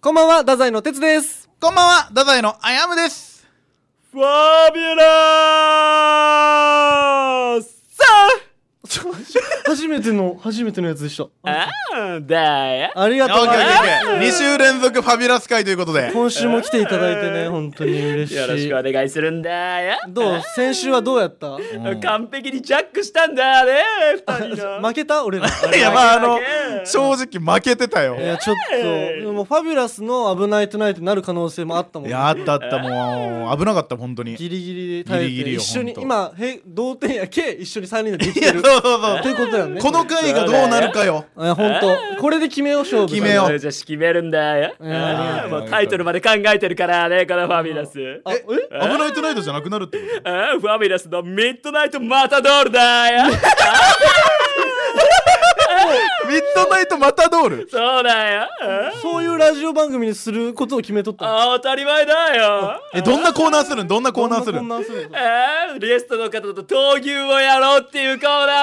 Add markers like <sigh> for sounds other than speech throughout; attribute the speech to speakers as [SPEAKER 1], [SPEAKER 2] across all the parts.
[SPEAKER 1] こんばんは、太宰の
[SPEAKER 2] <laughs>
[SPEAKER 1] 哲です。
[SPEAKER 2] こんばんは、ダザイのあやむです。
[SPEAKER 1] ファビュラーさ
[SPEAKER 3] 初めての初めてのやつでした
[SPEAKER 1] ああだよ。
[SPEAKER 3] ありが
[SPEAKER 2] オッケ
[SPEAKER 3] とうご
[SPEAKER 2] ーオッケ
[SPEAKER 3] ざい
[SPEAKER 2] ー
[SPEAKER 3] ます
[SPEAKER 2] オッケー。二週連続ファビュラス会ということで。
[SPEAKER 3] 今週も来ていただいて
[SPEAKER 2] <laughs>
[SPEAKER 3] ね本当に嬉しい
[SPEAKER 1] よろしくお願いするんだよ。
[SPEAKER 3] どう先週はどうやった
[SPEAKER 1] 完璧にジャックしたんだね、二人の。
[SPEAKER 3] 負けた俺ら
[SPEAKER 2] い <laughs> や、まあ、あの
[SPEAKER 1] オッケー、
[SPEAKER 2] 正直負けてたよ。
[SPEAKER 3] いやちょっとでもファビュラスの「危ないトゥナイト」になる可能性もあったもん
[SPEAKER 2] いや、あったあった、もう、危なかった、本当に。い
[SPEAKER 3] ギリギリで耐えて
[SPEAKER 2] ギリギリよ
[SPEAKER 3] 一緒に
[SPEAKER 2] ほんと
[SPEAKER 3] 今へ同点やけ一緒に3人でできて
[SPEAKER 2] や、
[SPEAKER 3] る
[SPEAKER 2] そう
[SPEAKER 3] って
[SPEAKER 2] そうそう。
[SPEAKER 3] ことだよね
[SPEAKER 2] この回がどうなるかよ。
[SPEAKER 3] いや本当これで決めよう勝負
[SPEAKER 2] 決めよう
[SPEAKER 1] じゃあ、決めるんだよ。
[SPEAKER 3] ん
[SPEAKER 1] あーもうタイトルまで考えてるからね、このファビュラス。
[SPEAKER 3] あ
[SPEAKER 2] え、
[SPEAKER 3] え
[SPEAKER 2] 危ないトゥナイトじゃなくなるってこ
[SPEAKER 1] あーファビュラスのミッドナイトマタドールだよ。
[SPEAKER 2] とミッドナイトマタドール。
[SPEAKER 1] そうだよ。あー
[SPEAKER 3] そういうラジオ番組にすることを決めとったの
[SPEAKER 1] あー当たり前だよ。
[SPEAKER 2] え、どんなコーナーするんどんなコーナーする
[SPEAKER 3] こん
[SPEAKER 2] ん
[SPEAKER 3] なこんなするの
[SPEAKER 1] えー、ゲストの方と闘牛をやろうっていうコーナーだ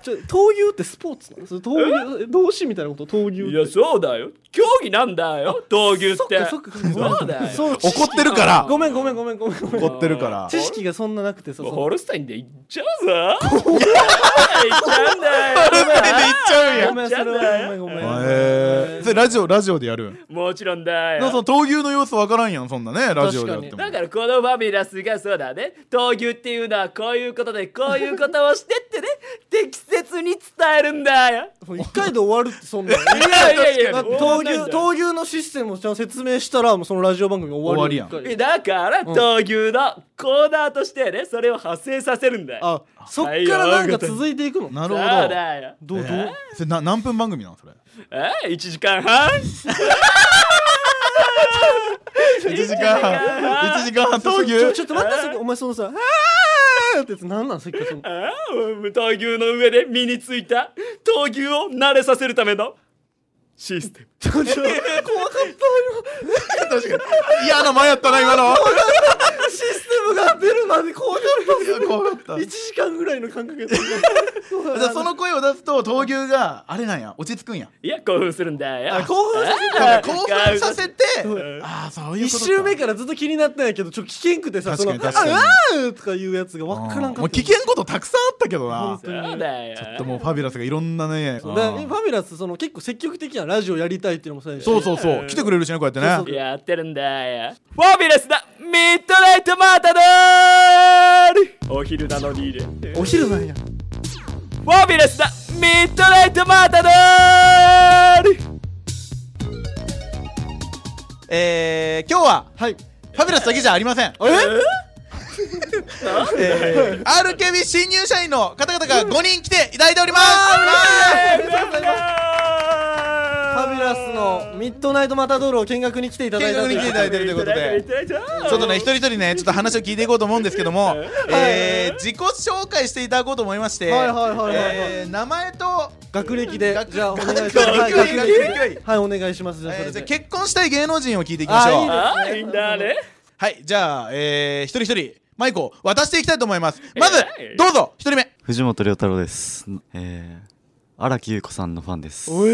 [SPEAKER 3] ちょ闘牛ってスポーツなのそれ闘牛動詞みたいなこと闘牛
[SPEAKER 1] よ
[SPEAKER 3] っ
[SPEAKER 1] い
[SPEAKER 3] て
[SPEAKER 1] やそうだよ競技なんだよ闘牛
[SPEAKER 3] そ
[SPEAKER 1] っ
[SPEAKER 3] ってかそっかそっか
[SPEAKER 1] そうだよ
[SPEAKER 3] そう
[SPEAKER 2] 怒ってるから。
[SPEAKER 3] ごめんごめんごめんごめんごめん
[SPEAKER 2] 怒ってるから。
[SPEAKER 3] 知識がそんななくてさ
[SPEAKER 1] もう
[SPEAKER 3] そ
[SPEAKER 1] ホ
[SPEAKER 3] の
[SPEAKER 1] ルスタインで行っちゃうぞ
[SPEAKER 3] <laughs>
[SPEAKER 1] 行っちゃうんだよ
[SPEAKER 2] それでいっちゃうんや
[SPEAKER 3] ご。めんそれはごめんごめん
[SPEAKER 2] えー、それラジオ、ラジオでやるん
[SPEAKER 1] もちろんだ
[SPEAKER 2] でもそ
[SPEAKER 1] よ
[SPEAKER 2] の闘牛の様子わからんやん、そんなね、ラジオでやっても。
[SPEAKER 1] だからこのファミラスがそうだね闘牛っていうのはこういうことでこういうことをしてってね <laughs> 適切に伝えるんだよ
[SPEAKER 3] もう一回で終わるってそんない
[SPEAKER 1] や <laughs> いやいや
[SPEAKER 3] だって闘牛闘牛のシステムをちゃんと説明したらもうそのラジオ番組終わり
[SPEAKER 2] 終わ
[SPEAKER 1] えだから闘牛のコーナーとしてねそれを派生させるんだよ
[SPEAKER 3] あそっからなんか続いていくの
[SPEAKER 2] なる
[SPEAKER 1] そう
[SPEAKER 2] ほど。
[SPEAKER 1] だよ
[SPEAKER 3] どうどう
[SPEAKER 2] えーそれな何分番組なのそれ
[SPEAKER 1] えー、1時間半
[SPEAKER 2] 1時間半1時間半闘
[SPEAKER 3] ちょち
[SPEAKER 2] 牛
[SPEAKER 3] ょっと待ってさっきお前そのさ「あーってやつ何なんさっきからその
[SPEAKER 1] あー無闘牛の上で身についた闘牛を慣れさせるためのシステム
[SPEAKER 3] ちょ
[SPEAKER 1] <laughs>
[SPEAKER 3] っと怖かった
[SPEAKER 2] 嫌な前やったな今の
[SPEAKER 3] 今システムが出るまで怖かった
[SPEAKER 2] 怖かった
[SPEAKER 3] 1時間ぐらいの感覚で <laughs>
[SPEAKER 2] じゃあその声を出すと闘牛があれなんや落ち着くんや
[SPEAKER 1] いや興奮するんだよ
[SPEAKER 3] あ興奮させて
[SPEAKER 2] なんか興奮させて
[SPEAKER 3] う
[SPEAKER 2] ああそういう
[SPEAKER 3] 1
[SPEAKER 2] ことか
[SPEAKER 3] 周目からずっと気になったんやけどちょっと危険くてさ
[SPEAKER 2] 確かに
[SPEAKER 3] その
[SPEAKER 2] 確かに
[SPEAKER 3] あうわーとかいうやつが分からんかった
[SPEAKER 2] もう危険ことたくさんあったけどな
[SPEAKER 3] 本
[SPEAKER 2] ち
[SPEAKER 3] 当に
[SPEAKER 1] そうだよ
[SPEAKER 2] ょっともうファビュラスがいろんなね
[SPEAKER 3] そうだから
[SPEAKER 2] うん
[SPEAKER 3] ファミラスその結構積極的なラジオやりたいっていうのもそうやし
[SPEAKER 2] そうそうそう来てくれるしねこうやって
[SPEAKER 3] そうそ
[SPEAKER 2] ね
[SPEAKER 3] う
[SPEAKER 1] やってるんだよファビュラスだミッドナイトマタドールお昼なのにねフ
[SPEAKER 3] お昼なんや
[SPEAKER 1] ァビュラスだミッドナイトマタドール
[SPEAKER 2] えー今日は
[SPEAKER 3] はい
[SPEAKER 2] ファビュラスだけじゃありません
[SPEAKER 3] あれ
[SPEAKER 2] えー RKB 新入社員の方々が5人来ていただいております
[SPEAKER 1] ファ
[SPEAKER 3] ファミラスのミッドナイトマタドールを見学に来ていただいたという
[SPEAKER 2] 見学に来ていただいてるということでちょっとね、一人一人ね、ちょっと話を聞いていこうと思うんですけども、えー自己紹介していただこうと思いまして、
[SPEAKER 3] はいはいはいはいはい
[SPEAKER 2] えー名前と、
[SPEAKER 3] 学歴で
[SPEAKER 2] 学
[SPEAKER 3] じゃあお願いします
[SPEAKER 2] 学
[SPEAKER 3] はい
[SPEAKER 2] 学
[SPEAKER 3] 学
[SPEAKER 2] 歴
[SPEAKER 3] 歴ではいお願いしますじゃあそ
[SPEAKER 2] えー
[SPEAKER 3] れ
[SPEAKER 2] じゃあ
[SPEAKER 3] で
[SPEAKER 2] 結婚したい芸能人を聞いていきましょ
[SPEAKER 3] あいい
[SPEAKER 2] う。
[SPEAKER 3] ね
[SPEAKER 1] あーいいんだね
[SPEAKER 2] はい、じゃあ、えー一人一人、マイクを渡していきたいと思います。まず
[SPEAKER 1] え、ー
[SPEAKER 2] どうぞ、一人目。
[SPEAKER 4] 藤本亮太郎です。えー、荒木優子さんのファンです。
[SPEAKER 3] 荒木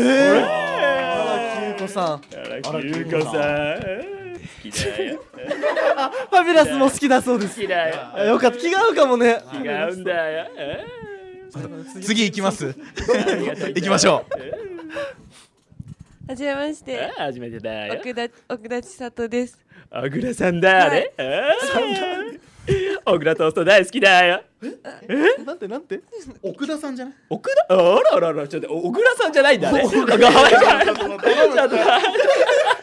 [SPEAKER 3] 優子さんフ
[SPEAKER 1] 荒木優子さん好きだよ
[SPEAKER 3] ァビュラスも好きだそうです
[SPEAKER 1] 好きだよ
[SPEAKER 3] あよかった気が合うかもね
[SPEAKER 1] <laughs> 違うんだよえ
[SPEAKER 2] 次行
[SPEAKER 3] <laughs>
[SPEAKER 2] きます。
[SPEAKER 1] ー
[SPEAKER 2] 行きましょ
[SPEAKER 5] はじめまして
[SPEAKER 1] え。ー初めてだよ
[SPEAKER 5] 奥田奥田千里です。
[SPEAKER 1] 小倉さんだねえー小倉トースト大好きだよ
[SPEAKER 3] なんてなんて
[SPEAKER 2] う。奥田さんじゃない
[SPEAKER 1] 奥田あらららちょっと小倉さんじゃないんだねごめんなさい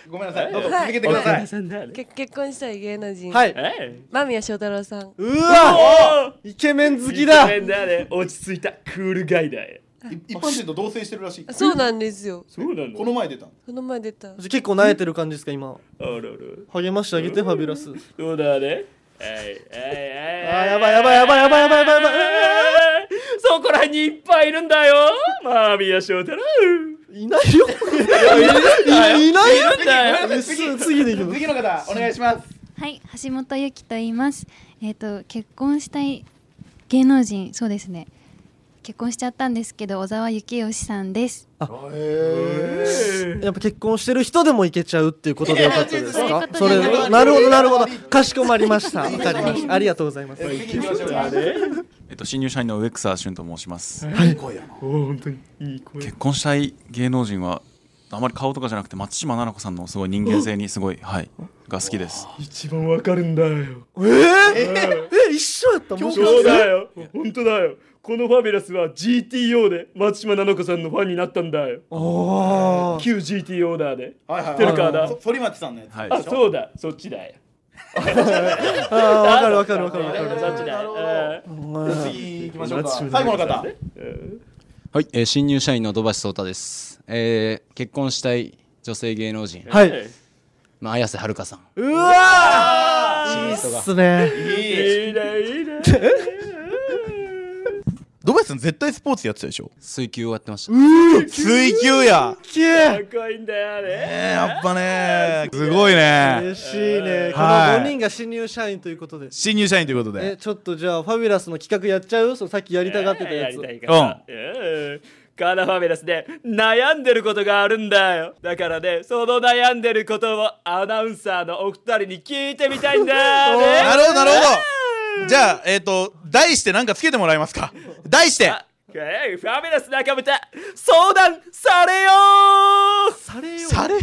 [SPEAKER 2] ごめんなさい、どうぞ、
[SPEAKER 5] はい
[SPEAKER 2] 続けて
[SPEAKER 1] 小
[SPEAKER 2] ください
[SPEAKER 1] 倉。さんだね
[SPEAKER 5] け結婚したい芸能人。。
[SPEAKER 3] はいい
[SPEAKER 1] え
[SPEAKER 5] 間宮祥太朗さん。
[SPEAKER 3] うわ
[SPEAKER 1] ー
[SPEAKER 3] イケメン好き
[SPEAKER 1] イ
[SPEAKER 3] だ
[SPEAKER 1] ケメンだね落ち着いたクールガイだよ
[SPEAKER 2] 一般人と同棲してるらしい
[SPEAKER 5] あそうなんですよ。
[SPEAKER 1] そうなの
[SPEAKER 2] の前出た。
[SPEAKER 5] この前出た。
[SPEAKER 3] 結構慣えてる感じですか今
[SPEAKER 1] あらら
[SPEAKER 3] 励ましてあげてファビュラス
[SPEAKER 1] そうだねはいはいはい
[SPEAKER 3] あやばいやばいやばいやばいやばいやばいやばい
[SPEAKER 1] そこら辺にいっぱいいるんだよマービア翔太郎
[SPEAKER 3] いないよいないよ
[SPEAKER 1] いるんだよ
[SPEAKER 3] えす次でいきます
[SPEAKER 2] 次の方、お願いします。
[SPEAKER 6] はい、橋本由紀と言います。えっ、と結婚したい芸能人、そうですね。結婚しちゃったんですけど小沢幸義さんです
[SPEAKER 3] やっぱ結婚してる人でもいけちゃうっていうことでよかったです
[SPEAKER 6] いや違
[SPEAKER 3] か
[SPEAKER 6] う違う
[SPEAKER 3] そ
[SPEAKER 6] そういうこと
[SPEAKER 3] れ
[SPEAKER 6] じ
[SPEAKER 3] な
[SPEAKER 6] ゃない
[SPEAKER 3] るほどなるほどかしこまりましたわかりましたありがとうございます
[SPEAKER 2] え次行きましょうよあれ
[SPEAKER 4] えっと新入社員のウェクサー俊と申します。
[SPEAKER 2] 声やな
[SPEAKER 4] 結婚したい芸能人はあまり顔とかじゃなくて松島菜々子さんのすごい人間性にすごいはいが好きです。
[SPEAKER 1] 一番わかるんだよ
[SPEAKER 3] えーえ一緒やったもしか
[SPEAKER 1] そう
[SPEAKER 3] して
[SPEAKER 1] だよ本当だよこのファビュラスは GTO で松島菜々子さんのファンになったんだよ
[SPEAKER 3] おー
[SPEAKER 1] 旧 GTO だで
[SPEAKER 2] はいはい
[SPEAKER 1] 寺川だ
[SPEAKER 2] そ反町さんのやつ
[SPEAKER 4] はい。
[SPEAKER 1] あそうだそっちだよ
[SPEAKER 3] あーわかるわかるわかるわかる
[SPEAKER 1] そっちだようん
[SPEAKER 2] 次行きましょうか最後の方
[SPEAKER 7] はい、えー新入社員の土橋聡太です、えー結婚したい女性芸能人、
[SPEAKER 3] はい
[SPEAKER 7] まあ、綾瀬はるかさん
[SPEAKER 3] うわーいいっすね
[SPEAKER 1] いいねいいね
[SPEAKER 2] ドバイさん絶対スポーツやってたでしょ
[SPEAKER 7] 水球をやってました
[SPEAKER 2] 水球や
[SPEAKER 3] きれい
[SPEAKER 1] かっこいいんだよあ
[SPEAKER 2] ね
[SPEAKER 1] れ
[SPEAKER 2] えやっぱねすごいね
[SPEAKER 3] 嬉しいねこの
[SPEAKER 2] はい
[SPEAKER 3] 5人が新入社員ということで
[SPEAKER 2] 新入社員ということ
[SPEAKER 3] え
[SPEAKER 2] で
[SPEAKER 3] ちょっとじゃあファビュラスの企画やっちゃうそのさっきやりたがってた
[SPEAKER 1] や
[SPEAKER 3] や
[SPEAKER 1] り
[SPEAKER 3] つ
[SPEAKER 1] たいからうんカナファミラスで悩んでることがあるんだよだからねその悩んでることをアナウンサーのお二人に聞いてみたいんだよね
[SPEAKER 2] なるほどなるほどじゃあえっと題してなんかつけてもらえますか題して
[SPEAKER 1] えいファミラス中豚相談されよ
[SPEAKER 3] されよ
[SPEAKER 2] され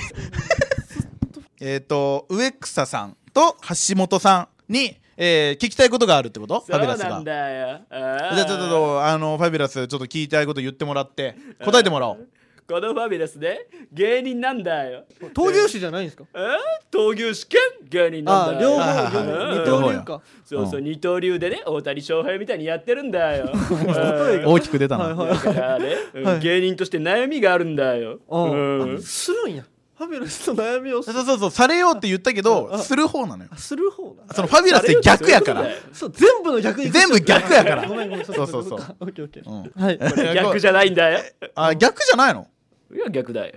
[SPEAKER 2] <laughs> えっと植草さんと橋本さんにえー聞きたいことがあるってことフ
[SPEAKER 1] そ
[SPEAKER 2] ァビ
[SPEAKER 1] う
[SPEAKER 2] ュラス
[SPEAKER 1] な
[SPEAKER 2] が
[SPEAKER 1] ん
[SPEAKER 2] じ
[SPEAKER 1] だよあー
[SPEAKER 2] ゃあちょっとあのファビュラスちょっと聞いたいこと言ってもらって答えてもらおう
[SPEAKER 1] このファミラスで芸人なんだよ
[SPEAKER 3] 闘牛士じゃないんですか
[SPEAKER 1] えー闘牛試験芸人な
[SPEAKER 3] あ
[SPEAKER 1] ん
[SPEAKER 3] ー
[SPEAKER 1] だよ
[SPEAKER 3] 両
[SPEAKER 2] はい
[SPEAKER 3] 方
[SPEAKER 2] はい
[SPEAKER 3] 両
[SPEAKER 1] はい
[SPEAKER 3] 方二刀流か
[SPEAKER 1] そうそう二刀流でね大谷翔平みたいにやってるんだようん
[SPEAKER 2] 大きく出た
[SPEAKER 3] はい
[SPEAKER 2] な
[SPEAKER 3] はい
[SPEAKER 1] だからね、うん
[SPEAKER 3] はい
[SPEAKER 1] 芸人として悩みがあるんだよ。
[SPEAKER 3] あ
[SPEAKER 1] うん
[SPEAKER 3] ーあするんやファビュラスの悩みをす
[SPEAKER 2] そうそうそうされようって言ったけど
[SPEAKER 3] あ
[SPEAKER 2] する方なのよ
[SPEAKER 3] する方な
[SPEAKER 2] そのファビュラスって逆やから
[SPEAKER 1] そういうこ
[SPEAKER 3] そう全部の逆に
[SPEAKER 2] 全部逆やから
[SPEAKER 3] ごめんごめん
[SPEAKER 2] そうそうそう
[SPEAKER 3] オッケーオッケー
[SPEAKER 2] うん
[SPEAKER 3] はい
[SPEAKER 1] とだよ逆じゃないんだよ。
[SPEAKER 2] あ逆じゃないの
[SPEAKER 1] いや逆だよ。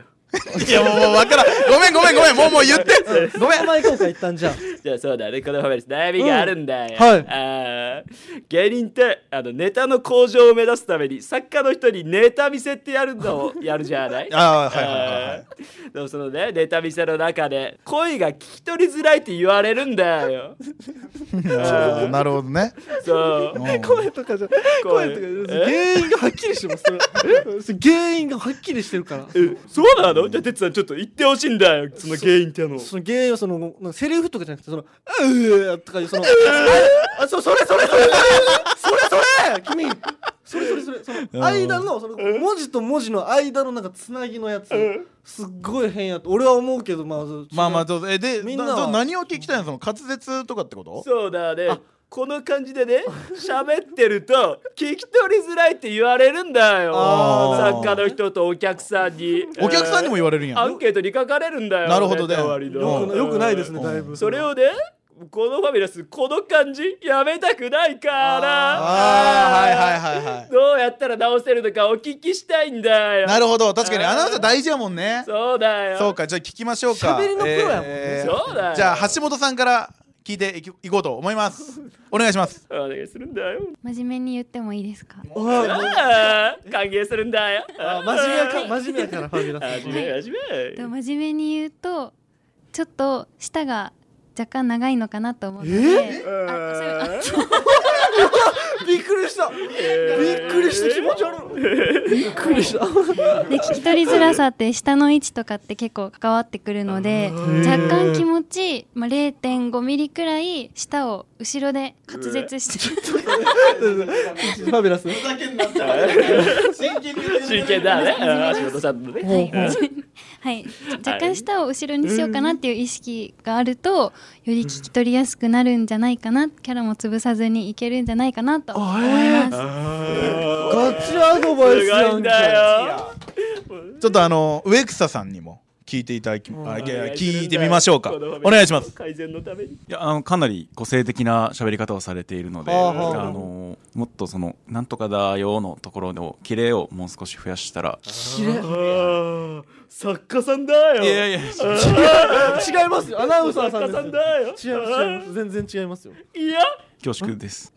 [SPEAKER 2] いやもうもう分からんごめんごめんごめんもうもう言って
[SPEAKER 3] ごめん前行こうか一旦じゃあ
[SPEAKER 1] じゃあそうだねこのファミレス悩みがあるんだよ。
[SPEAKER 3] うんはい
[SPEAKER 1] あー芸人ってあのネタの向上を目指すために作家の人にネタ見せってやるのをやるじゃない
[SPEAKER 2] <laughs> あーはいはいはいはい
[SPEAKER 1] い。でもそのねネタ見せの中で声が聞き取りづらいって言われるんだよ。
[SPEAKER 2] <laughs> あーなるほどね
[SPEAKER 1] そう。
[SPEAKER 2] うん
[SPEAKER 3] 声とかじゃ声とか
[SPEAKER 1] え
[SPEAKER 3] 原因がはっきりしてますそれそれ原因がはっきりしてるから
[SPEAKER 1] えそうなのじゃあ哲さんちょっと言ってほしいんだよその原因ってのを
[SPEAKER 3] その原因はそのなんかセリフとかじゃなくてその「うー」とかいうそのああそそれそれそれそれそれそれ君それそれそれその間のその文字と文字の間のなんかつなぎのやつすっごい変やと俺は思うけどまあそう
[SPEAKER 2] まあまあそうえで
[SPEAKER 3] みんな
[SPEAKER 2] な
[SPEAKER 3] は
[SPEAKER 2] そう何を聞きたいのその滑舌とかってこと
[SPEAKER 1] そうだねこの感じでね <laughs> 喋ってると聞き取りづらいって言われるんだよ
[SPEAKER 2] あー
[SPEAKER 1] 作家の人とお客さんに
[SPEAKER 2] <laughs> お客さんにも
[SPEAKER 1] え
[SPEAKER 2] 言われるん
[SPEAKER 1] ーア
[SPEAKER 2] や
[SPEAKER 1] ンケートに書かれるんだよ
[SPEAKER 2] なるほどね
[SPEAKER 1] ネタ割りの
[SPEAKER 2] よ
[SPEAKER 3] よくよくないですねだいぶ
[SPEAKER 1] それをねこのファミレスこの感じやめたくないから
[SPEAKER 2] あーはいはいはいはい
[SPEAKER 1] どうやったら直せるのかお聞きしたいんだよ
[SPEAKER 2] なるほど確かにアナウンサー大事やもんね
[SPEAKER 1] そうだよ
[SPEAKER 2] そうかじゃあ聞きましょうか
[SPEAKER 3] 喋りのプロやもんね
[SPEAKER 2] えー
[SPEAKER 1] そうだよ
[SPEAKER 2] じゃあ橋本さんから聞いていきいこうと思いますお願いします
[SPEAKER 1] お願いするんだよ
[SPEAKER 6] 真面目に言ってもいいですか
[SPEAKER 1] ああ歓迎するんだよ。
[SPEAKER 3] あ真面目やか真面目やからファビュラス
[SPEAKER 1] 真面目真
[SPEAKER 6] と
[SPEAKER 1] 面目。
[SPEAKER 6] 真面目に言うとちょっと舌が若干長いのかなと思ってえあそういうあ
[SPEAKER 3] びっくりしたびっくりした気持ち悪いびっくりした
[SPEAKER 6] で聞き取りづらさって下の位置とかって結構関わってくるので若干気持ち、まあ、0.5ミリくらい舌を後ろで滑舌してる
[SPEAKER 3] ファビュラス
[SPEAKER 1] 真剣だね。橋本さんのね。
[SPEAKER 6] はい若干舌を後ろにしようかなっていう意識があるとより聞き取りやすくなるんじゃないかなキャラも潰さずにいけるんじゃないかなと思います
[SPEAKER 3] ガチアドバイス
[SPEAKER 1] すご
[SPEAKER 3] や
[SPEAKER 1] いん
[SPEAKER 3] ん
[SPEAKER 1] だ
[SPEAKER 3] か
[SPEAKER 1] よ。
[SPEAKER 2] ちょっとあの植草さんにも聞いていただき、あ
[SPEAKER 3] ん
[SPEAKER 2] いや聞いてみましょうかお願いします
[SPEAKER 1] 改善のために
[SPEAKER 4] いやあのかなり個性的な喋り方をされているので、
[SPEAKER 3] は
[SPEAKER 4] あ
[SPEAKER 3] あはあ
[SPEAKER 4] のもっとそのなんとかだよのところの綺麗をもう少し増やしたら、
[SPEAKER 1] ああ作家さんだよ
[SPEAKER 4] いやいや、
[SPEAKER 3] 違いますよ。アナウンサーさ
[SPEAKER 1] 作家さ
[SPEAKER 3] ん
[SPEAKER 1] ん
[SPEAKER 3] で
[SPEAKER 1] だよ
[SPEAKER 3] す。違います違います。全然違いますよ。
[SPEAKER 1] いや
[SPEAKER 4] 恐縮です。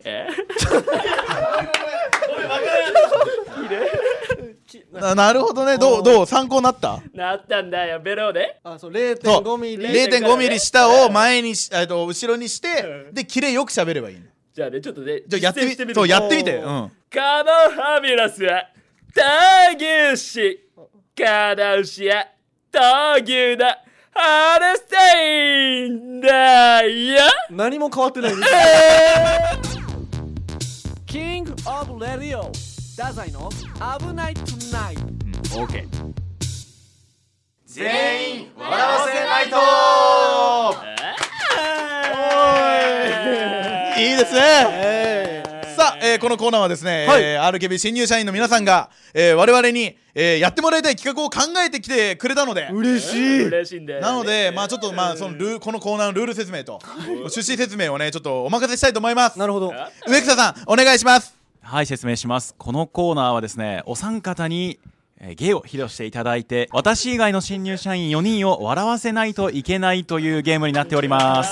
[SPEAKER 2] ななるほどねどうどう参考になった
[SPEAKER 1] なったんだよベロで
[SPEAKER 3] あ、そう0.5ミリ。
[SPEAKER 2] 0 5ミリ下を前にしえっと後ろにしてでキレよく喋ればいいの
[SPEAKER 1] じゃあねちょっとね
[SPEAKER 2] じゃあやって
[SPEAKER 1] 実践
[SPEAKER 2] みそうやってみて
[SPEAKER 3] お
[SPEAKER 2] うん
[SPEAKER 1] カノファビュラスは闘牛士カナウシや闘牛のハルステインだよ
[SPEAKER 3] 何も変わってないです。
[SPEAKER 8] キングオブレディオダザイの危ないトゥナイト
[SPEAKER 2] 全員笑わせないといいですね、さあ、えーこのコーナーはですね、えー RKB 新入社員の皆さんが、えー我々に、えーやってもらいたい企画を考えてきてくれたので
[SPEAKER 3] 嬉しい。
[SPEAKER 1] 嬉しいんだよね
[SPEAKER 2] なので、まあちょっとまあそのルーこのコーナーのルール説明と趣旨説明をねちょっとお任せしたいと思います
[SPEAKER 3] なるほど。
[SPEAKER 2] 植草さんお願いします
[SPEAKER 4] はい説明しますこのコーナーはですねお三方に、えー芸を披露していただいて私以外の新入社員4人を笑わせないといけないというゲームになっております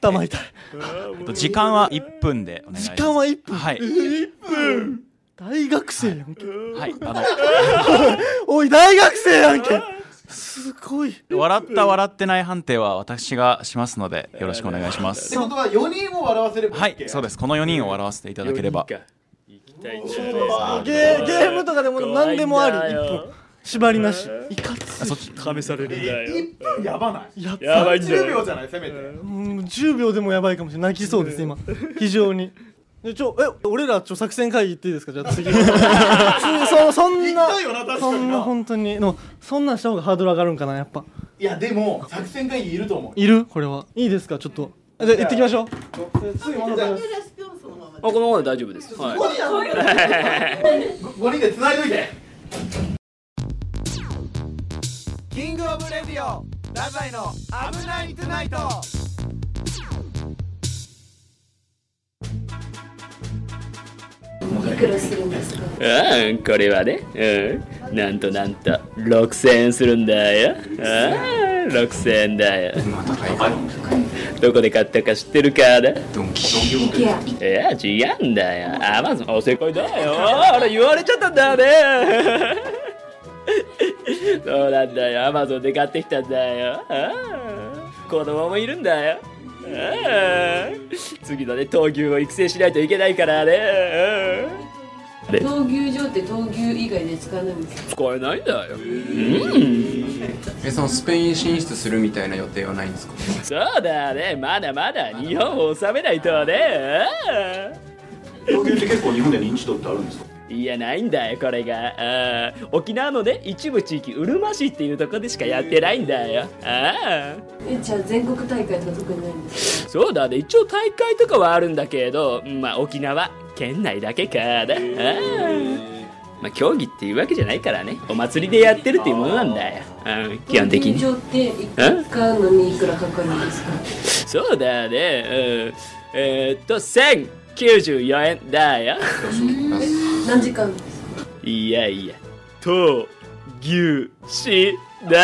[SPEAKER 3] たまいたい。
[SPEAKER 4] えっと時間は1分でお願いし
[SPEAKER 3] 時間
[SPEAKER 4] ます
[SPEAKER 3] は1分。
[SPEAKER 4] はい、
[SPEAKER 3] 大学生やんけ。
[SPEAKER 4] はい、あの
[SPEAKER 3] <laughs> おい、大学生やんけ。すごい。
[SPEAKER 4] 笑った笑ってない判定は私がしますのでよろしくお願いします
[SPEAKER 2] ことは4人を笑わせれば
[SPEAKER 4] はいそうですこの4人を笑わせていただければ
[SPEAKER 1] いいか行きたいんだよね
[SPEAKER 3] ゲーゲームとかでも何でもあり。
[SPEAKER 1] 怖いんだ
[SPEAKER 3] 1
[SPEAKER 1] よ
[SPEAKER 3] 分。縛りなし。いかつい。
[SPEAKER 4] そっち
[SPEAKER 1] 試されるんだよ
[SPEAKER 2] 分やばない
[SPEAKER 3] やっ
[SPEAKER 1] やばいんだ
[SPEAKER 2] 10秒
[SPEAKER 1] よ
[SPEAKER 2] じゃないせめて
[SPEAKER 3] うん10秒でもやばいかもしれない泣きそうです
[SPEAKER 2] <laughs>
[SPEAKER 3] 今非常にでちょえ俺らちょ作戦会議行っていいですかじゃあ
[SPEAKER 2] <laughs>
[SPEAKER 3] 次つそそんな
[SPEAKER 2] たいよな確かに
[SPEAKER 3] そ
[SPEAKER 2] な
[SPEAKER 3] んな本当にでもそんなんした方がハードル上がるんかなやっぱ
[SPEAKER 2] いやでも作戦会議いると思
[SPEAKER 3] いるこれはいいですかちょっとじゃあ行ってきましょう
[SPEAKER 1] あこのままで大丈夫ですはい
[SPEAKER 2] う5人で繋いどいてキングオブレディオダザイの危ないトゥナイト
[SPEAKER 1] うん、これはね、うん、なんとなんと6000円するんだよ。ああ、6000円だよ。どこで買ったか知ってるかなドンキ。いや、違うんだよ。アマゾン、お正解だよ。あれ、言われちゃったんだね。 <laughs> そうなんだよ、アマゾンで買ってきたんだよ。ああ子供もいるんだよ。ああ次のね、闘牛を育成しないといけないからね。うん
[SPEAKER 9] 闘牛場って闘牛以外で使わないんですか
[SPEAKER 1] 使えないんだよ
[SPEAKER 10] えそのスペイン進出するみたいな予定はないんですか
[SPEAKER 1] そうだねまだまだ日本を治めないとねいやないんだよこれがあー沖縄のね一部地域うるま市っていうとこでしかやってないんだよあー
[SPEAKER 9] えじゃあ全国大会とか特にないんですか
[SPEAKER 1] そうだね一応大会とかはあるんだけどまあ沖縄県内だけかなあーまあ競技っていうわけじゃないからねお祭りでやってるっていうものなんだよ、うん、基本的
[SPEAKER 9] 闘牛
[SPEAKER 1] に
[SPEAKER 9] 場って1回のにいくらかかるんですか
[SPEAKER 1] そうだね、うん、えー、っと1094円だよ
[SPEAKER 9] 何時間ですか
[SPEAKER 1] いやいやと牛しだよ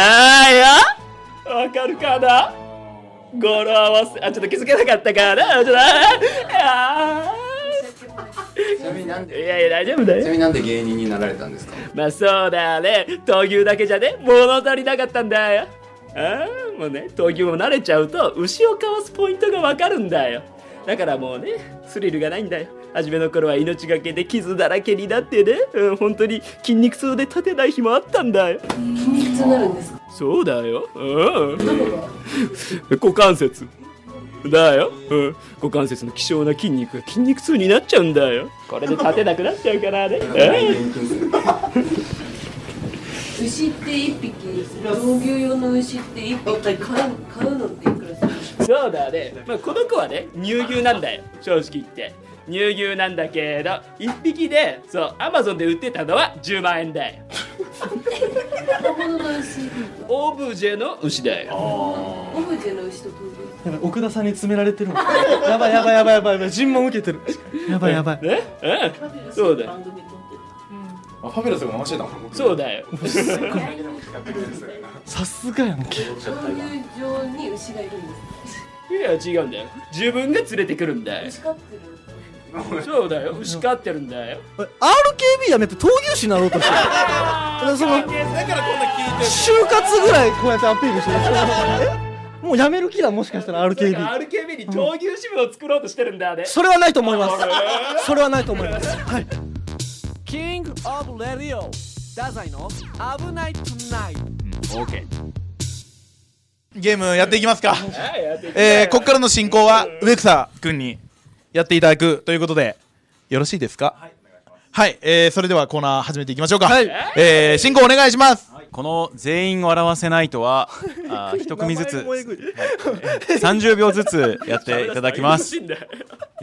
[SPEAKER 1] わかるかな語呂合わせあちょっと気づけなかったかなちょっとあ
[SPEAKER 10] ちなみになん
[SPEAKER 1] ーい
[SPEAKER 10] で
[SPEAKER 1] やいや大丈夫だ
[SPEAKER 10] ちなみ
[SPEAKER 1] よ
[SPEAKER 10] になんで芸人になられたんですか
[SPEAKER 1] まあそうだね闘牛だけじゃね物足りなかったんだよあーもうね闘牛も慣れちゃうと牛をかわすポイントがわかるんだよだからもうねスリルがないんだよ初めの頃は命がけで傷だらけになってね、うん、本当に筋肉痛で立てない日もあったんだよ
[SPEAKER 9] 筋肉痛になるんですか
[SPEAKER 1] そうだよ。うん。股関節。だよ。うん。股関節の希少な筋肉が筋肉痛になっちゃうんだよ。これで立てなくなっちゃうからね。
[SPEAKER 9] 牛って1匹闘牛用の牛って1匹買う買うのっていくらするんですか
[SPEAKER 1] そうだね。まあ、この子はね、乳牛なんだよ。正直言って。乳牛なんだけど1匹でそうアマゾンで売ってたのは10万円だよ <laughs>
[SPEAKER 9] 本物の牛
[SPEAKER 1] オブジェの牛だよ
[SPEAKER 9] オブジェの牛と同類
[SPEAKER 3] やばい奥田さんに詰められてるもんやばいやばいやばいやばいやばい尋問受けてるやばいやばい
[SPEAKER 1] ええそうだよ
[SPEAKER 11] あファベラスが回してたの
[SPEAKER 1] そうだよ
[SPEAKER 3] さすがやんけ
[SPEAKER 9] 闘牛場に牛がいるんです
[SPEAKER 1] いや違うんだよ自分が連れてくるんだよ
[SPEAKER 9] 牛飼ってる
[SPEAKER 1] そうだよ牛飼ってるんだよ
[SPEAKER 3] RKB やめて闘牛士になろうとしてるだからその就活ぐらいこうやってアピールしてるえもうやめる気だもしかしたら RKB
[SPEAKER 1] RKB に闘牛支部を作ろうとしてるんだね
[SPEAKER 3] それはないと思いますそれはないと思いますはい
[SPEAKER 12] キングオブレディオダザイの危ないトゥナイト
[SPEAKER 2] オーケーゲームやっていきますか、えー、ここからの進行は植草君にやっていただくということでよろしいですかはい、えー、それではコーナー始めていきましょうか、はいえー、進行お願いします、
[SPEAKER 4] この全員を笑わせない
[SPEAKER 3] <laughs>
[SPEAKER 4] とはあー一組ずつ30秒ずつやっていただ
[SPEAKER 3] <laughs>
[SPEAKER 4] きますよ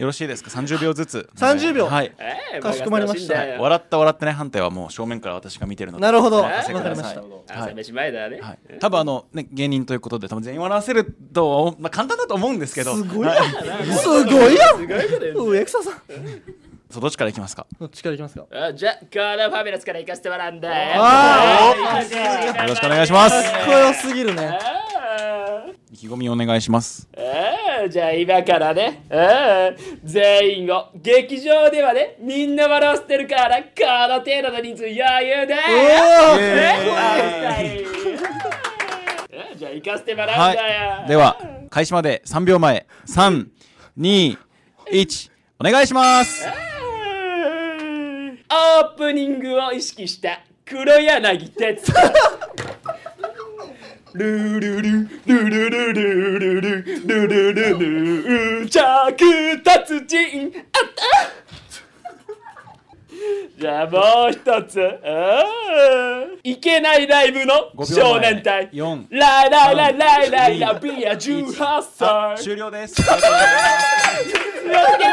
[SPEAKER 4] ろしいですか30秒ずつ
[SPEAKER 3] 30秒
[SPEAKER 4] はい
[SPEAKER 3] えーかしこまりました
[SPEAKER 4] はい笑った笑ってない判定はもう正面から私が見てるので
[SPEAKER 3] なるほど
[SPEAKER 4] お任せくださ
[SPEAKER 3] わ
[SPEAKER 4] い
[SPEAKER 3] かりま
[SPEAKER 1] 朝飯前だね
[SPEAKER 4] 多分あの、ね、芸人ということで多分全員笑わせるとは思う、まあ、簡単だと思うんですけどすごい
[SPEAKER 3] すごいやん植草さん
[SPEAKER 4] そうどっちからいきますか
[SPEAKER 3] どっちからいきますか
[SPEAKER 1] あじゃあこのファミラスから行かせてもらうんだよ
[SPEAKER 3] あ
[SPEAKER 4] よろしくお願いします
[SPEAKER 3] かっこよすぎるね
[SPEAKER 4] 意気込みお願いします
[SPEAKER 1] あーじゃあ今からねあー全員を劇場ではねみんな笑わせてるからこの程度の人数余裕だ
[SPEAKER 3] おー
[SPEAKER 1] よ
[SPEAKER 4] <laughs>
[SPEAKER 1] ねあーじゃあ行かせてもらうんだよ、
[SPEAKER 4] では開始まで3秒前321お願いします
[SPEAKER 1] オープニングを意識した黒柳哲也ルールルルルルルルルルルルルル着達人あったじゃあもう一つあーいけないライブの少年隊
[SPEAKER 4] 4
[SPEAKER 1] ライライライライライラビア18歳
[SPEAKER 4] 終了ですありがとう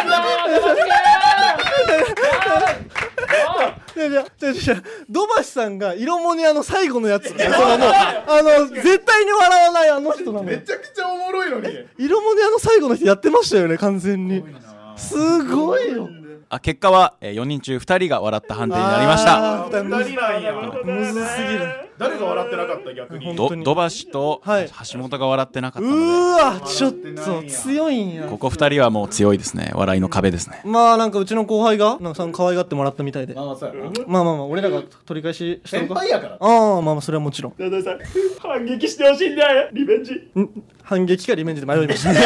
[SPEAKER 4] ございます
[SPEAKER 3] じゃあじゃあじゃあじゃあ土橋さんが色モニアの最後のやつそのもうあの絶対に笑わないあの人なのよ
[SPEAKER 11] めちゃくちゃおもろいのに
[SPEAKER 3] 色モニアの最後の人やってましたよね完全にすごいよ
[SPEAKER 4] あ結果は、えー、4人中2人が笑った判定になりました
[SPEAKER 3] あー
[SPEAKER 11] 二人なんや
[SPEAKER 3] むずすぎる
[SPEAKER 11] 誰が笑ってなかった逆に
[SPEAKER 4] ど
[SPEAKER 3] 本当に
[SPEAKER 4] 土橋と
[SPEAKER 3] はい
[SPEAKER 4] 橋本が笑ってなかったので、
[SPEAKER 3] うーわちょっと強いんや
[SPEAKER 4] ここ2人はもう強いですね笑いの壁ですね
[SPEAKER 3] まあなんかうちの後輩がなんかその可愛がってもらったみたいでま
[SPEAKER 11] あそうやな
[SPEAKER 3] あまあまあ俺らが取り返ししたの
[SPEAKER 11] 先
[SPEAKER 3] か
[SPEAKER 11] 輩やから
[SPEAKER 3] ああまあまあそれはもちろん
[SPEAKER 1] ダダさん反撃してほしいんだよリベンジ
[SPEAKER 3] ん反撃かリベンジで迷いました <laughs> 迷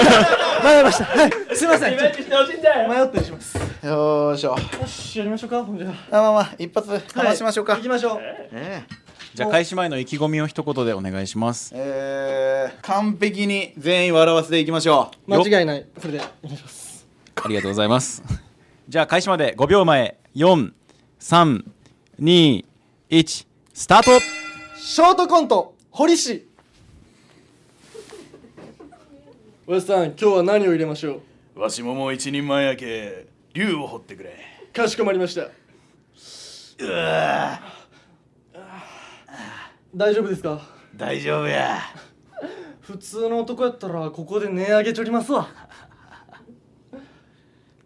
[SPEAKER 3] いましたはいすいません
[SPEAKER 1] リベンジしてほしいんだよ
[SPEAKER 3] 迷ったりしますよ
[SPEAKER 12] よーしょ
[SPEAKER 3] しやりましょうかほんじゃ
[SPEAKER 12] あまあまあ一発かましましょうか、
[SPEAKER 3] 行きましょう
[SPEAKER 12] ね
[SPEAKER 4] じゃあ開始前の意気込みを一言でお願いします
[SPEAKER 12] えー、完璧に全員笑わせていきましょう
[SPEAKER 3] 間違いないそれでお願いします
[SPEAKER 4] ありがとうございますじゃあ開始まで5秒前4321スタート
[SPEAKER 3] ショートコント堀氏おやさん今日は何を入れましょう
[SPEAKER 2] わしももう一人前やけ竜を掘ってくれ
[SPEAKER 3] かしこまりました大丈夫ですか
[SPEAKER 2] 大丈夫や
[SPEAKER 3] 普通の男やったらここで値上げちょりますわ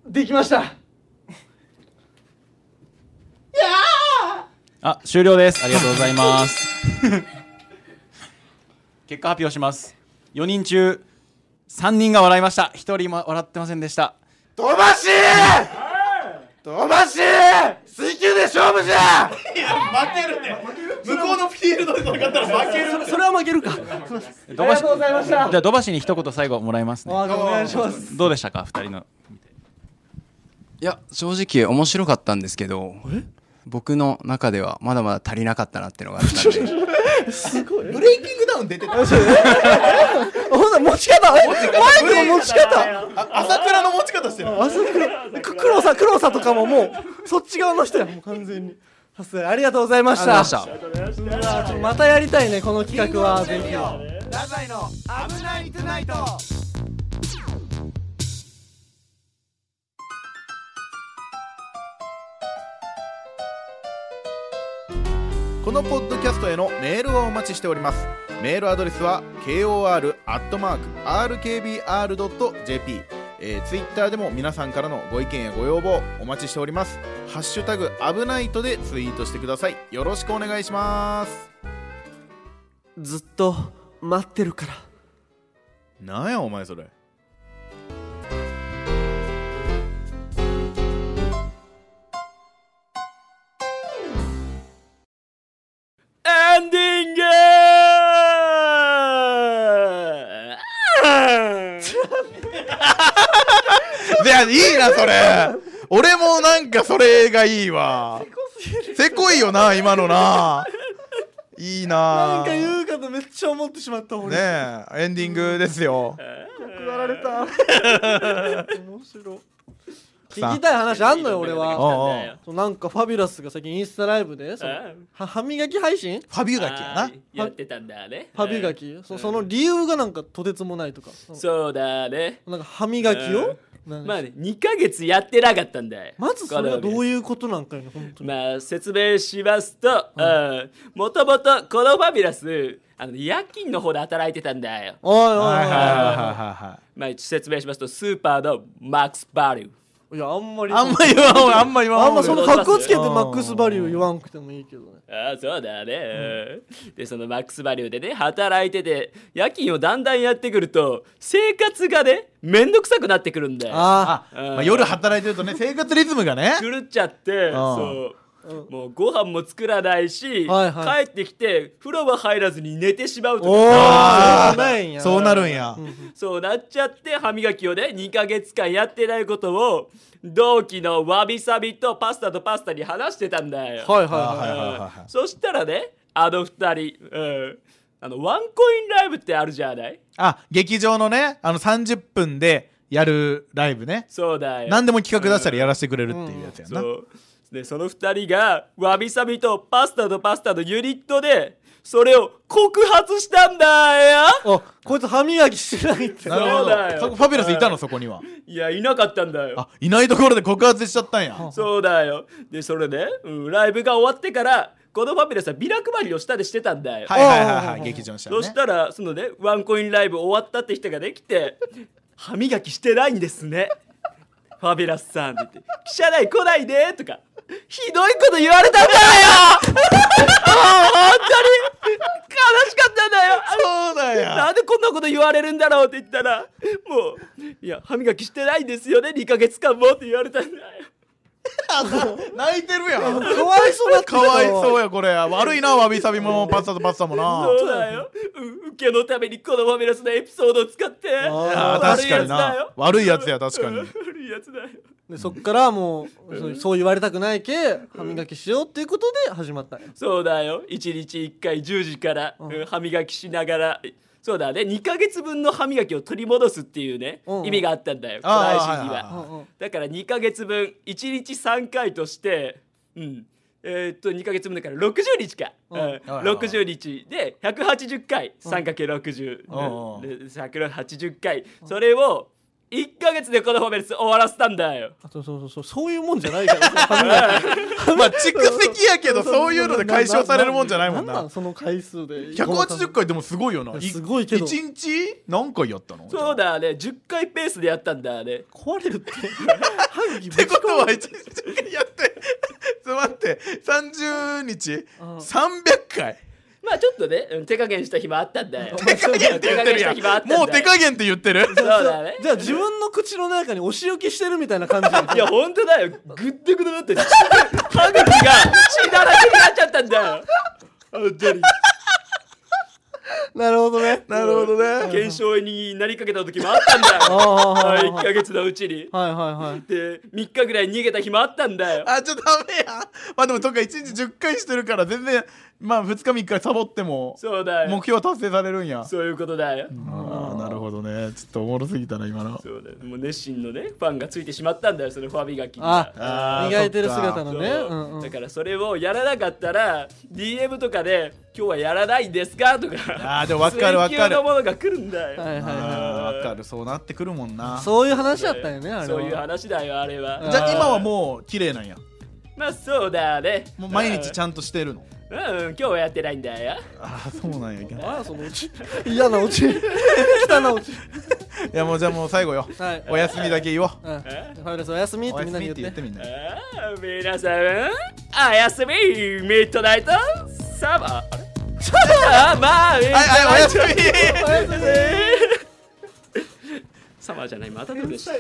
[SPEAKER 3] できました
[SPEAKER 4] あ終了ですありがとうございます結果発表します4人中3人が笑いました1人も笑ってませんでした
[SPEAKER 12] 飛ばし飛ばし水球で勝負じゃ
[SPEAKER 11] 向こうのフィールドで戦ったら負ける
[SPEAKER 3] それそれは負けるかすいませんありがとうございました
[SPEAKER 4] じゃあ土橋に一言最後もらいますね
[SPEAKER 3] あお願いします
[SPEAKER 4] どうでしたか2人の
[SPEAKER 11] いや正直面白かったんですけど僕の中ではまだまだ足りなかったなってのがあったんで
[SPEAKER 2] ブレイキングダウン出てた
[SPEAKER 3] ほんなら持ち方えマイクの持ち方
[SPEAKER 2] あ朝倉の持ち方してる
[SPEAKER 3] あそこく黒さ黒さとかももうそっち側の人やもう完全にさすがありがとうございました
[SPEAKER 4] ありがとうござい
[SPEAKER 3] う
[SPEAKER 4] ま
[SPEAKER 3] わちょっとまたやりたいねこの企画はぜひ
[SPEAKER 12] 太宰の危ないトゥナイト
[SPEAKER 2] このポッドキャストへのメールをお待ちしておりますメールアドレスは kor.rkbr.jp えー、ツイッターでも皆さんからのご意見やご要望お待ちしております「ハッシュタグ危ないと」でツイートしてくださいよろしくお願いします
[SPEAKER 3] ずっと待ってるから
[SPEAKER 2] なんやお前それ
[SPEAKER 1] エンディング
[SPEAKER 2] <laughs> いやいいなそれ俺もなんかそれがいいわせこいよな今のないい
[SPEAKER 3] な
[SPEAKER 2] な
[SPEAKER 3] んか言うかとめっちゃ思ってしまった俺
[SPEAKER 2] ねえエンディングですよ
[SPEAKER 3] やられた面白い
[SPEAKER 2] さあ
[SPEAKER 3] 聞きたい話あんのよ俺は
[SPEAKER 2] おうおう
[SPEAKER 3] そうなんかファビュラスが最近インスタライブでそのは歯磨き配信フ
[SPEAKER 2] ァビュガ
[SPEAKER 3] キや
[SPEAKER 1] なやってたんだね
[SPEAKER 3] 歯磨きそその理由がなんかとてつもないとか
[SPEAKER 1] そうだね
[SPEAKER 3] なんか歯磨きを
[SPEAKER 1] まあね2ヶ月やってなかったんだよ
[SPEAKER 3] まずそれは
[SPEAKER 1] この
[SPEAKER 3] どういうことなんかよね本当に
[SPEAKER 1] まあ説明しますともともとこのファビュラスあの夜勤の方で働いてたんだよ
[SPEAKER 3] おいおいおい
[SPEAKER 1] はいはいはいはい
[SPEAKER 2] は
[SPEAKER 1] まあ説明しますとスーパーのマックスバリュー
[SPEAKER 3] いやあんまり
[SPEAKER 1] あんま言わん俺あんま言わん俺
[SPEAKER 3] あんまその格好つけてマックスバリュー言わんくてもいいけどね
[SPEAKER 1] ああそうだね、でそのマックスバリューでね働いてて夜勤をだんだんやってくると生活がねめんどくさくなってくるんだよ
[SPEAKER 2] あー
[SPEAKER 1] うん
[SPEAKER 2] まあ夜働いてるとね生活リズムがね
[SPEAKER 1] 狂っちゃって
[SPEAKER 2] ん
[SPEAKER 1] そうもうご飯も作らないし、
[SPEAKER 2] はいはい
[SPEAKER 1] 帰ってきて風呂は入らずに寝てしまうとか
[SPEAKER 2] おー
[SPEAKER 1] あ
[SPEAKER 2] そ
[SPEAKER 1] ー
[SPEAKER 2] うなんやそうなるんや
[SPEAKER 1] そうなっちゃって歯磨きをね2ヶ月間やってないことを同期のわびさびとパスタとパスタに話してたんだよ
[SPEAKER 3] はいはいはいはいはい
[SPEAKER 1] うんそしたらねあの2人、うん、あのワンコインライブってあるじゃない
[SPEAKER 2] あ劇場のねあの30分でやるライブね
[SPEAKER 1] そうだよ
[SPEAKER 2] 何でも企画出したらやらせてくれるっていうやつやな、
[SPEAKER 1] そうでその2人がわびさびとパスタとパスタのユニットでそれを告発したんだ
[SPEAKER 3] よこいつ歯磨きしてないって
[SPEAKER 2] なるほ
[SPEAKER 1] そうだよ
[SPEAKER 2] どそこファビュラスいたのそこにはい
[SPEAKER 1] やいなかったんだよ
[SPEAKER 2] いないところで告発しちゃったんや
[SPEAKER 1] そうだよ。で、それで、うん、ライブが終わってから、このファミレスはビラ配りを下でしてたんだよ。
[SPEAKER 2] はいはいはいはい劇場の下で
[SPEAKER 1] そ
[SPEAKER 2] ね
[SPEAKER 1] したら、そのね、ワンコインライブ終わったって人ができて、歯磨きしてないんですね。ファビュラスさんって言って、記者内来ないでとか、ひどいこと言われたんだよああ本当に悲しかったんだよ
[SPEAKER 2] そうだよ
[SPEAKER 1] なんでこんなこと言われるんだろうって言ったら、もう、いや、歯磨きしてないんですよね、2ヶ月間もって言われたんだよ。
[SPEAKER 2] 泣いてるやん
[SPEAKER 1] かわいそうだった
[SPEAKER 2] かわいそうやこれ悪いなわびさびもパスタとパスタもな
[SPEAKER 1] そうだよ。う受けのためにこのファミレスのエピソードを使って。
[SPEAKER 2] あー確かにな悪いやつや確かに
[SPEAKER 1] 悪いやつだよ。
[SPEAKER 3] でそっからもうそうそう言われたくないけ歯磨きしようっていうことで始まったんや
[SPEAKER 1] そうだよ。一日一回10時から、うん歯磨きしながら。そうだね。2ヶ月分の歯磨きを取り戻すっていうね、
[SPEAKER 3] ん
[SPEAKER 1] 意味があったんだよ。この配
[SPEAKER 3] あー
[SPEAKER 1] 信には。だから2ヶ月分、1日3回として、うん。えーっと2ヶ月分だから60日か、うん60日で180回 3×60、
[SPEAKER 2] うん
[SPEAKER 1] で180回それを1ヶ月でこのファミレス終わらせたんだよ。
[SPEAKER 3] そうそうそうそうそういうもんじゃない <laughs> から
[SPEAKER 2] <laughs> まあ蓄積やけどそういうので解消されるもんじゃないもんな
[SPEAKER 3] なんなんその回数で
[SPEAKER 2] 180回
[SPEAKER 3] <laughs>
[SPEAKER 2] でもすごいよなす
[SPEAKER 3] ごいけど
[SPEAKER 2] 1日何回やったの
[SPEAKER 1] そうだね10回ペースでやったんだね
[SPEAKER 3] 壊れるって
[SPEAKER 2] ってことは1日間やって <laughs> ちょっと待って30日300回
[SPEAKER 1] まあちょっとねうん手加減した日もあったんだよ
[SPEAKER 2] 手加減って言ってるやんもう手加減って言ってる
[SPEAKER 1] そうだね
[SPEAKER 3] じゃあ自分の口の中にお仕置きしてるみたいな感じ
[SPEAKER 1] いや本当だよグッデグッだって歯茎が血だらけになっちゃったんだよあのジェリー
[SPEAKER 3] なるほどね
[SPEAKER 2] なるほどね
[SPEAKER 1] 検証になりかけた時もあったんだ
[SPEAKER 3] あ
[SPEAKER 1] よ
[SPEAKER 3] ー
[SPEAKER 1] 1ヶ月のうちに
[SPEAKER 3] はいはいはい
[SPEAKER 1] で3日ぐらい逃げた日もあったんだよ
[SPEAKER 2] <laughs> あちょっとダメやまあでもとか1日10回してるから全然まあ2日3日サボっても
[SPEAKER 1] そうだよ
[SPEAKER 2] 目標は達成されるんや
[SPEAKER 1] そういうことだよ
[SPEAKER 2] ああなるほどねちょっとおもろすぎたな今の
[SPEAKER 1] そうだよもう熱心のねファンがついてしまったんだよそのファミガキに
[SPEAKER 2] ああー磨いてる姿のね
[SPEAKER 1] そう
[SPEAKER 2] うんうん
[SPEAKER 1] だからそれをやらなかったら DM とかで「今日はやらないんですか?」とか
[SPEAKER 2] あーでも分かる分かる
[SPEAKER 1] 追求のものが来るんだよ
[SPEAKER 2] はいはいはいわかるそうなってくるもんな
[SPEAKER 3] そういう話だったんやねあれは
[SPEAKER 1] そういう話だよあれは
[SPEAKER 2] じゃあ今はもう綺麗なんや
[SPEAKER 1] まあそうだね
[SPEAKER 2] もう毎日ち
[SPEAKER 1] ゃん
[SPEAKER 2] ゃんとしてるの
[SPEAKER 1] ううん、今日はやってないんだよ。
[SPEAKER 2] あそうなんや <laughs> いけない
[SPEAKER 3] あそのうち嫌なう
[SPEAKER 1] <laughs>
[SPEAKER 3] ち汚なうち
[SPEAKER 2] いやもうじゃあもう最後よ、
[SPEAKER 3] はい
[SPEAKER 2] お休みだけ言おう
[SPEAKER 3] うんファミレスおやすみってみんなに言って
[SPEAKER 2] みんな
[SPEAKER 1] あー皆さん、あやすみ、ミッドナイト、サバ。
[SPEAKER 2] <laughs>
[SPEAKER 1] あーまあ、はい
[SPEAKER 13] はいおやすみ
[SPEAKER 1] おやすみ
[SPEAKER 13] おや
[SPEAKER 1] サマーじゃない、またどうでした
[SPEAKER 13] み